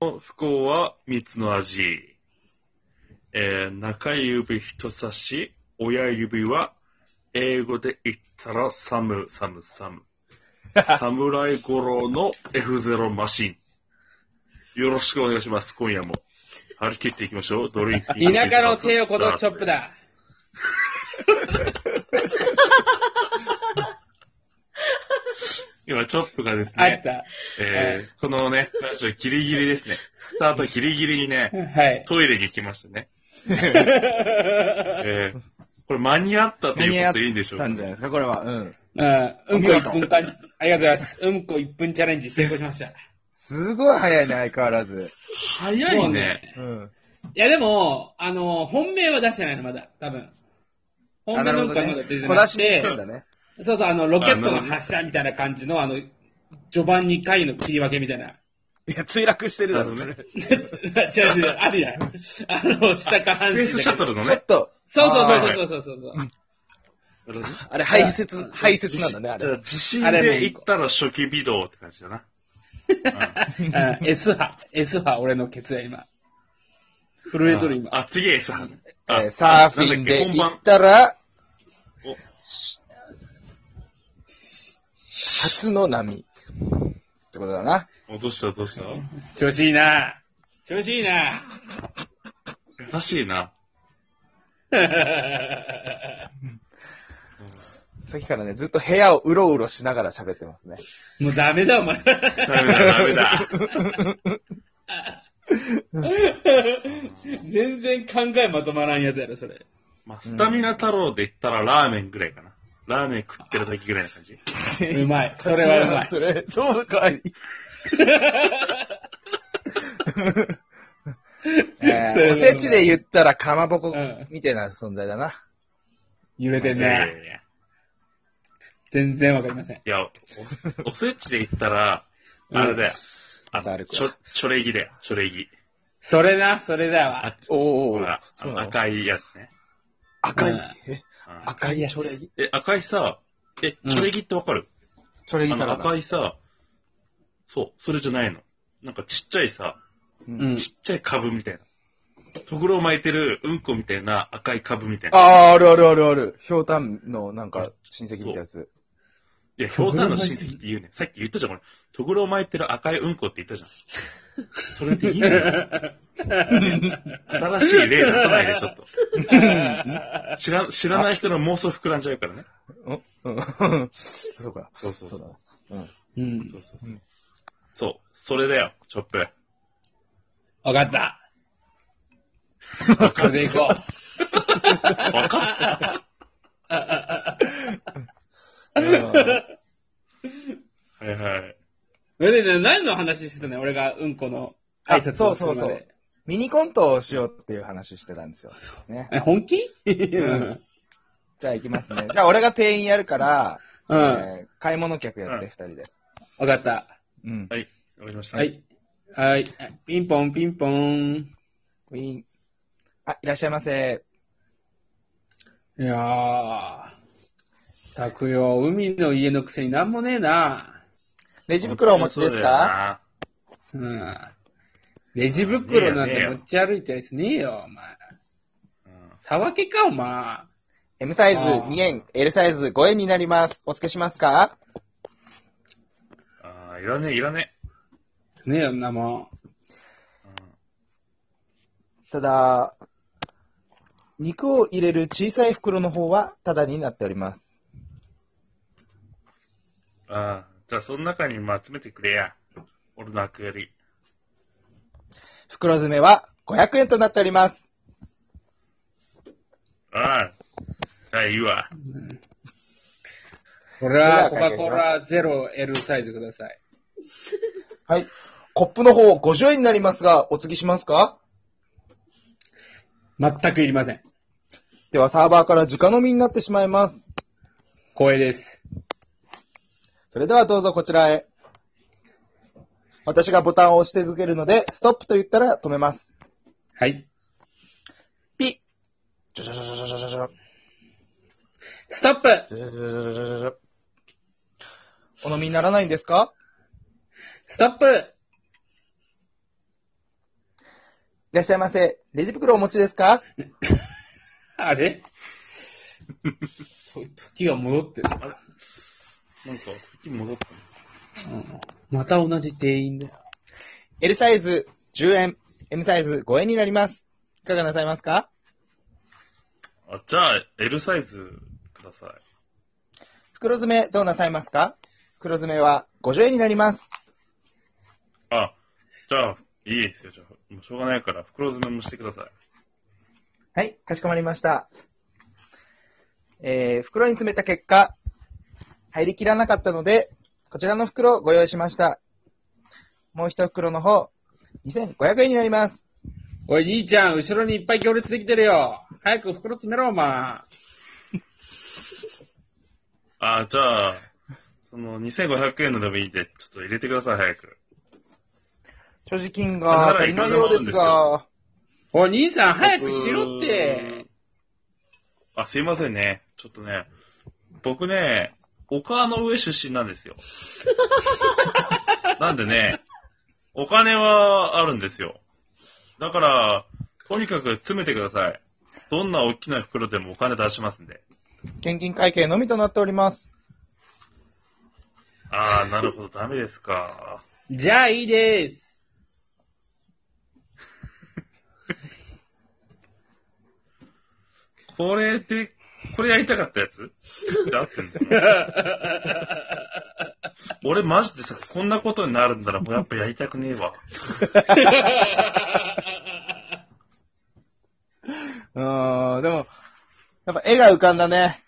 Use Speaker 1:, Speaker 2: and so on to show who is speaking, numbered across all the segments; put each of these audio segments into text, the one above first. Speaker 1: 不幸は三つの味。えー中指人差し、親指は、英語で言ったらサム、サム、サ ム。侍五郎の F0 マシン。よろしくお願いします、今夜も。張り切っていきましょう、ドリンキング
Speaker 2: 田舎の帝王ことチョップだ。
Speaker 1: 今、チョップがです
Speaker 2: あっ
Speaker 1: ね、
Speaker 2: た。
Speaker 1: えーこのね、ラジオギリギリですね。スタートギリギリにね、
Speaker 2: はい。
Speaker 1: トイレに行きましたね。えーこれ間に合ったということでいいんでしょう
Speaker 3: な
Speaker 1: か
Speaker 3: んじゃないですか、これは。うん。
Speaker 2: うんうんこ1分間、ありがとうございます。うんこ1分チャレンジ成功しました。い
Speaker 3: すごい早いね、相変わらず。
Speaker 1: 早
Speaker 2: も
Speaker 1: いうね
Speaker 2: ね。
Speaker 3: うん。
Speaker 2: やでも、あの、本命は出してないの、まだ。多分。本
Speaker 3: あ、
Speaker 2: 命
Speaker 3: な
Speaker 2: の
Speaker 3: る
Speaker 2: うんこはまだ
Speaker 3: ほどね。
Speaker 2: 出て
Speaker 3: 小
Speaker 2: な
Speaker 3: 出
Speaker 2: く
Speaker 3: しにしててんだね。
Speaker 2: そうそう、あの、ロケットの発射みたいな感じの、あの、序盤2回の切り分けみたいな。
Speaker 4: いや、墜落してるだろ、
Speaker 1: な
Speaker 4: そ
Speaker 1: る
Speaker 4: れ。
Speaker 2: 違う違う、あるやん。あの、下下半
Speaker 1: スペ
Speaker 2: 身だ
Speaker 1: ー
Speaker 2: けど。
Speaker 1: スシャトルの
Speaker 3: ちょ
Speaker 1: ね
Speaker 3: っ。と、
Speaker 2: そうそうそうそうそうそう。
Speaker 3: あれ、排泄、排泄なんだね、あ
Speaker 1: じゃあ、
Speaker 3: れ。
Speaker 1: 地震で行ったら初期微動って感じだな。
Speaker 2: うん S 波、S 波、俺のケツが今。震えとる今。
Speaker 1: あ、次 S 波ね。あ
Speaker 3: えーサーフィンで
Speaker 1: なん
Speaker 3: 行
Speaker 1: だっ
Speaker 3: ったら
Speaker 1: お、
Speaker 3: 初の波。ってことだな。
Speaker 1: け本番。おどうしたどうした
Speaker 2: 調子いいな調子いいな
Speaker 1: 優しいな。
Speaker 3: さっきからね、ずっと部屋をうろうろしながら喋ってますね。
Speaker 2: もうダメだ、お前。
Speaker 1: ダメだ、ダメだ。
Speaker 2: 全然考えまとまらんやつやろ、それ。
Speaker 1: まあ、スタミナ太郎で言ったらラーメンぐらいかな。ラーメン食ってる時ぐらいな感じ。
Speaker 2: うまい。それはうまい。
Speaker 3: それ、そう かい。えーおせちで言ったらかまぼこみたいな存在だな。
Speaker 2: 揺れてん
Speaker 1: いやいや
Speaker 2: ね。
Speaker 1: いや
Speaker 2: 全然わかりません。
Speaker 1: いや、おおせちで言ったら、あれだよ。あ
Speaker 3: 誰
Speaker 1: の、
Speaker 3: か
Speaker 1: ちょ、ちょれぎだよ、ちょれぎ。
Speaker 2: それな、それだわ。
Speaker 3: お
Speaker 1: ほ
Speaker 3: ー
Speaker 1: ら、あ
Speaker 3: そう
Speaker 1: の
Speaker 3: なの
Speaker 1: 赤いやつね。
Speaker 3: 赤い
Speaker 2: うん。
Speaker 3: え
Speaker 1: うん
Speaker 3: 赤いチョレギ
Speaker 1: え、赤いさ、え、
Speaker 2: うん
Speaker 1: チョレギってわかる、
Speaker 3: チョレギ
Speaker 1: あの
Speaker 3: サラダ
Speaker 1: 赤。いさ、そう、それじゃないの。なんかちっちゃいさ、
Speaker 2: うん。
Speaker 1: ちっちゃい株みたいな。とぐろを巻いてるうんこみたいな赤い株みたいな。
Speaker 3: あー、あるあるあるある。ひょうたんのなんか親戚みたいなやつ。
Speaker 1: いや、ひょうたんの親戚って言うね。さっき言ったじゃん、俺。とぐろを巻いてる赤いうんこって言ったじゃん。それでいいのよ新しい例出さないで、ちょっと。知ら、知らない人の妄想膨らんじゃうからね。
Speaker 3: うんうん そうか。
Speaker 1: そうそうそ
Speaker 3: そ
Speaker 1: うう。
Speaker 3: だな。うん。。
Speaker 2: うん。
Speaker 1: そうそうそううんそう、それだよ、チョップ。
Speaker 2: わかった。 それでいこう。
Speaker 1: わかった。はいはい。
Speaker 2: それでね、何の話してたね、俺がうんこの挨拶をするまで。
Speaker 3: あそうそうそうミニコントをしようっていう話してたんですよ。ね。
Speaker 2: え、本気うん
Speaker 3: ん。じゃあ行きますね。じゃあ俺が店員やるから、
Speaker 2: うん。わ
Speaker 3: えー買い物客やって、
Speaker 1: うん
Speaker 3: 二人で。
Speaker 2: かった。
Speaker 3: うん。
Speaker 1: はい、わかりました。
Speaker 2: は。い。はい。ピンポン、ピンポン。
Speaker 3: ウィーン。あ、いらっしゃいませ。
Speaker 2: いやー。たくよ、海の家のくせになんもねえな。
Speaker 3: レジ袋お持ちですか
Speaker 2: うん。レジ袋なんて持ち歩いてるやつねえよ、
Speaker 1: そ
Speaker 2: お前。
Speaker 1: うだよなうん
Speaker 2: たわけか、お前。
Speaker 3: ?M サイズ
Speaker 2: あー
Speaker 3: 2円、L サイズ5円になります。お付けしますか
Speaker 1: あーいらねえ、いらね
Speaker 2: ねえよ、んなも
Speaker 1: え。
Speaker 3: ただ、肉を入れる小さい袋の方はタダになっております。
Speaker 1: うん、あーじゃあ、その中にまあ集めてくれや。俺の悪より。
Speaker 3: 袋詰めは500円となっております。
Speaker 1: ああ。じゃあ、いいわ。
Speaker 2: ん。これは、
Speaker 3: そ
Speaker 2: コ
Speaker 3: れでは
Speaker 2: カ・コーラゼロ L サイズください。
Speaker 3: はい。コップの方50円になりますが、お付けしますか
Speaker 2: 全くいりません。
Speaker 3: ではサーバーから直飲みになってしまいます。
Speaker 2: 光栄です。
Speaker 3: それではどうぞこちらへ。私がボタンを押し続けるので、ストップと言ったら止めます。
Speaker 2: はい。
Speaker 3: ピッ。ジョジョジョジョジョジョジョ
Speaker 2: ストップ
Speaker 3: ジョジョジョジョジョジョお飲みにならないんですか
Speaker 2: ストップ
Speaker 3: らっしゃいませ。レジ袋お持ちですか
Speaker 2: あれ時が戻ってる。
Speaker 1: なんか、時戻ったね
Speaker 2: また同じ店員だよ。
Speaker 3: ?L サイズ10円、M サイズ5円になります。いかがなさいますか
Speaker 1: あ、じゃあ、L サイズください。
Speaker 3: 袋詰めどうなさいますか袋詰めは50円になります。
Speaker 1: あ、じゃあ、いいですよ。じゃあ、もうしょうがないから、袋詰めもしてください。
Speaker 3: はい、かしこまりました。えー、袋に詰めた結果、入りきらなかったので、こちらの袋をご用意しました。もう一袋の方、2500円になります。
Speaker 2: おい、兄ちゃん、後ろにいっぱい行列できてるよ。早く袋詰めろ、お前。
Speaker 1: あ、じゃあ、その、2500円のでもいいんで、ちょっと入れてください、早く。
Speaker 3: 所持金が足りないようですが、
Speaker 2: おい、兄さん、早くしろって。
Speaker 1: 僕。あ、すいませんね。ちょっとね、僕ね、岡の上出身なん ですよ。なんでね、お金はあるんですよ。だから、とにかく詰めてください。どんな大きな袋でもお金出しますんで。
Speaker 3: 現金会計のみとなっております。
Speaker 1: ああ、なるほど、ダメですか。
Speaker 2: じゃあ、いいです。
Speaker 1: これで、これやりたかったやつで合ってんの かな俺マジでさ、こんなことになるんだらもうやっぱやりたくねえわ。
Speaker 3: うーん、でも、やっぱ絵が浮かんだね。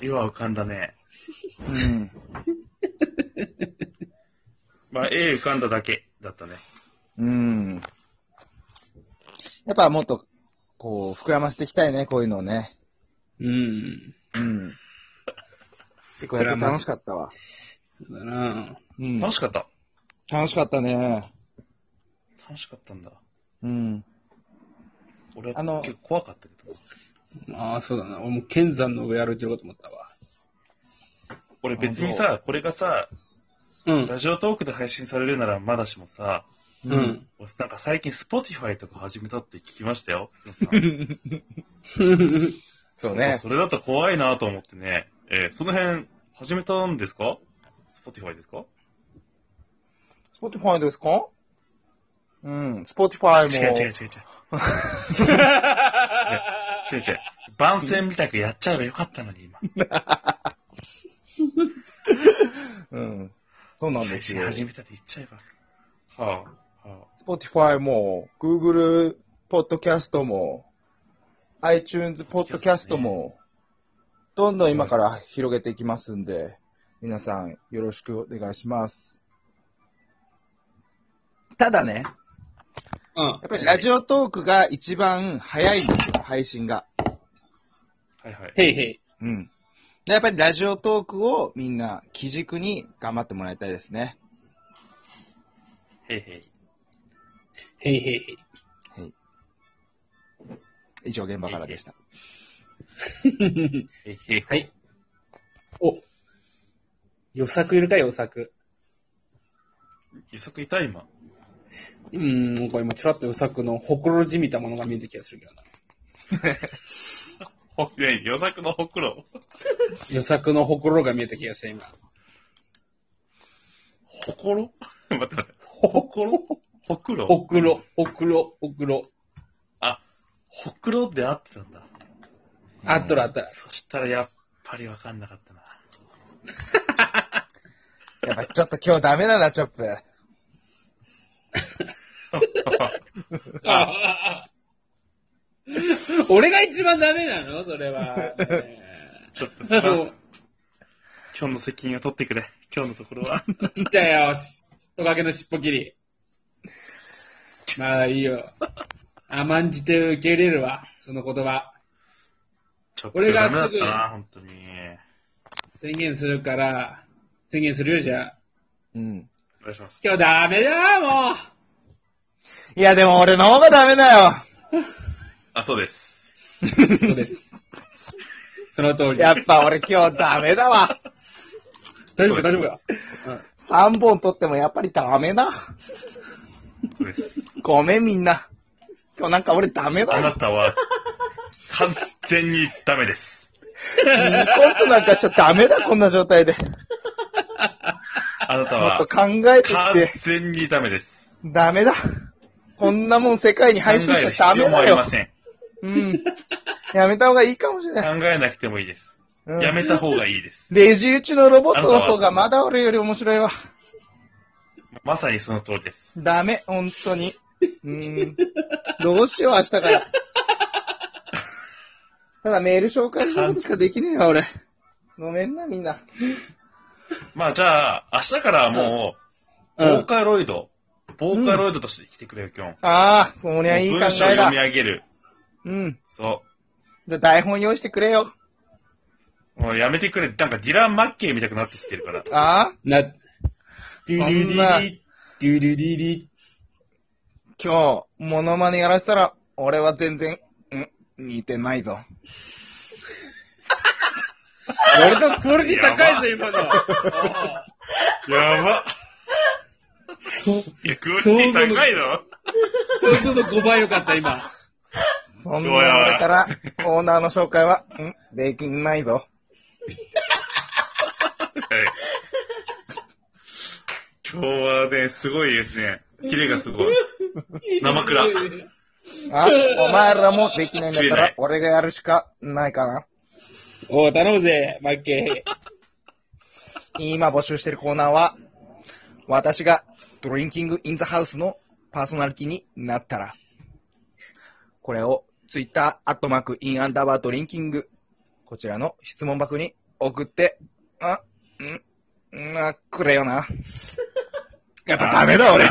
Speaker 1: 今浮かんだね。
Speaker 3: うん。
Speaker 1: まあ、絵浮かんだだけだったね。
Speaker 3: うん。やっぱもっと、こう、膨らませていきたいね、こういうのをね。
Speaker 2: うん。
Speaker 3: うん。結構やって楽しかったわ。
Speaker 2: そうだな。
Speaker 3: うん
Speaker 1: 楽しかった。
Speaker 3: 楽しかったね。
Speaker 1: 楽しかったんだ。
Speaker 3: うん。
Speaker 1: 俺は
Speaker 3: あの
Speaker 1: 結構怖かったけど。
Speaker 2: ああ、そうだな。俺も剣山の上歩いてるかと思ったわ。
Speaker 1: 俺別にさ、これがさ、
Speaker 2: うん
Speaker 1: ラ。ジオトークで配信されるならまだしもさ、
Speaker 2: う。ん。
Speaker 1: 俺なんか最近 Spotify とか始めたって聞きましたよ。
Speaker 3: そう
Speaker 1: ね、
Speaker 3: ね。
Speaker 1: それだと怖いなと思ってね。えーその辺、始めたんですか ?Spotify ですか
Speaker 3: スポティファイですかうん。スポティ ファイ
Speaker 1: 違う
Speaker 3: も。
Speaker 1: 違う違う違う。違う違う。番宣みたくやっちゃえばよかったのに、今。
Speaker 3: うん。そうなんで
Speaker 1: 配
Speaker 3: す
Speaker 1: 信
Speaker 3: よ。
Speaker 1: 始めたって言っちゃえば。はあ、はあ。
Speaker 3: Spotify も、Google ポッドキャストも、iTunes ポッドキャストも、どんどん今から広げていきますんで、皆さんよろしくお願いします。ただね、
Speaker 2: うん
Speaker 3: やっぱりラジオトークが一番早いんですよ、配信が。
Speaker 1: はいはい。
Speaker 2: へいへい。
Speaker 3: うん。でやっぱりラジオトークをみんな基軸に頑張ってもらいたいですね。
Speaker 1: へいへい。
Speaker 2: へいへいへい。
Speaker 3: 以上現場からでした。
Speaker 1: へいへい。
Speaker 2: はい。お。予作いるか、予作。
Speaker 1: 予測いた今。
Speaker 2: うん、なんか今、ちらっと予作のほころじみたものが見えた気がするけどな。
Speaker 1: ほ、ね、予測のほくろ。
Speaker 2: 予作のほころが見えた気がした、今。
Speaker 1: ほころ 待って待って。ほころほくろ
Speaker 2: ほくろ、ほくろ、ほくろ。
Speaker 1: あ、ほくろで合ってたんだ。
Speaker 2: あったらあったら。
Speaker 1: そしたらやっぱりわかんなかったな。
Speaker 3: やっぱちょっと今日ダメだな、チョップ。
Speaker 2: あ俺が一番ダメなのそ れは。ね
Speaker 1: ちょっと
Speaker 2: え
Speaker 1: さ、
Speaker 2: もう、
Speaker 1: 今日の責任を取ってくれ。今日のところは。
Speaker 2: 来たよ、しトカゲの尻尾切り。まあいいよ。甘んじて受け入れるわ、その言葉。
Speaker 1: ちょっと
Speaker 2: 俺が
Speaker 1: ダメ
Speaker 2: す
Speaker 1: だっ
Speaker 2: ぐ
Speaker 1: たな、本当に。
Speaker 2: 宣言するから、宣言するよ、じゃあ。
Speaker 3: うん。
Speaker 1: お願いします。
Speaker 2: 今日ダメだ、もう。
Speaker 3: いや、でも俺の方がダメだよ。
Speaker 1: あ、そうです。
Speaker 2: そうです。その通り。
Speaker 3: やっぱ俺今日ダメだわ。
Speaker 2: 大丈夫か、大丈夫か。
Speaker 3: 3本取ってもやっぱりダメだ。
Speaker 1: ことです。
Speaker 3: ごめんみんな。今日なんか俺ダメだ
Speaker 1: あ
Speaker 3: な。
Speaker 1: なたは、完全にダメです。
Speaker 3: ミニコントなんかしちゃダメだ、こんな状態で。
Speaker 1: あなた
Speaker 3: も
Speaker 1: は、
Speaker 3: っと考えてき
Speaker 1: 完
Speaker 3: て、
Speaker 1: 全にダメです。
Speaker 3: ダメだ。こんなもん世界に
Speaker 1: 考え
Speaker 3: 配信し
Speaker 1: る
Speaker 3: ちゃダ
Speaker 1: 必要
Speaker 3: メ
Speaker 1: もあ
Speaker 3: だ
Speaker 1: りま
Speaker 3: よ。
Speaker 1: せん。
Speaker 3: うん。やめた方がいいかもしれ
Speaker 1: 考
Speaker 3: ない。
Speaker 1: えなくてもいいです。
Speaker 3: うん
Speaker 1: やめた方がいいです。
Speaker 3: レジ打ちのロボットの方がまだ俺より面白いわ。
Speaker 1: まさにその通りです。
Speaker 3: ダメ、本当に。うん。どうしよう、明日から。 ただメール紹介することしかできねえわ、俺。ごめんな、みんな。
Speaker 1: まあじゃあ、明日からはもう、
Speaker 2: う
Speaker 1: ボー
Speaker 2: ん。
Speaker 1: カロイド、ボーカロイドとして来てくれよ、今日。
Speaker 3: ああ、そりゃいい考
Speaker 1: 文章を
Speaker 3: え
Speaker 1: 読
Speaker 3: だ
Speaker 1: み。上げる。
Speaker 3: うん。
Speaker 1: そ
Speaker 3: じゃあ台本用意してくれよ。
Speaker 1: う。もうやめてくれ。なんかディラン・マッケイみたくなってきてるから。
Speaker 3: ああ、
Speaker 2: な、ドゥル
Speaker 3: そ
Speaker 2: リ
Speaker 3: んな
Speaker 2: リ、ドゥルリリ。
Speaker 3: 今日、モノマネやらせたら、俺は全然、ん、似てないぞ。
Speaker 2: 俺のクオリティ高いぞ、今の。
Speaker 1: やば。
Speaker 2: そう
Speaker 1: いや、クオリティ高いの
Speaker 2: 想像の5倍良かった、今。
Speaker 3: そんな俺から、コーナーの紹介は、ん、できないぞ。
Speaker 1: はい今日はね、すごいですね。キレがす ごい。生クラ
Speaker 3: あ、お前らもできないんだった
Speaker 1: 知れな
Speaker 3: ら
Speaker 1: い、
Speaker 3: 俺がやるしかないかな。
Speaker 2: おう、頼むぜ、マッケー。
Speaker 3: 今募集してるコーナーは、私がドリンキングインザハウスのパーソナリティになったら、これをツイッターアットマークインアンダーバードリンキング、こちらの質問箱に送って、あ、ん、まあ、くれよな。やっぱダメだ俺。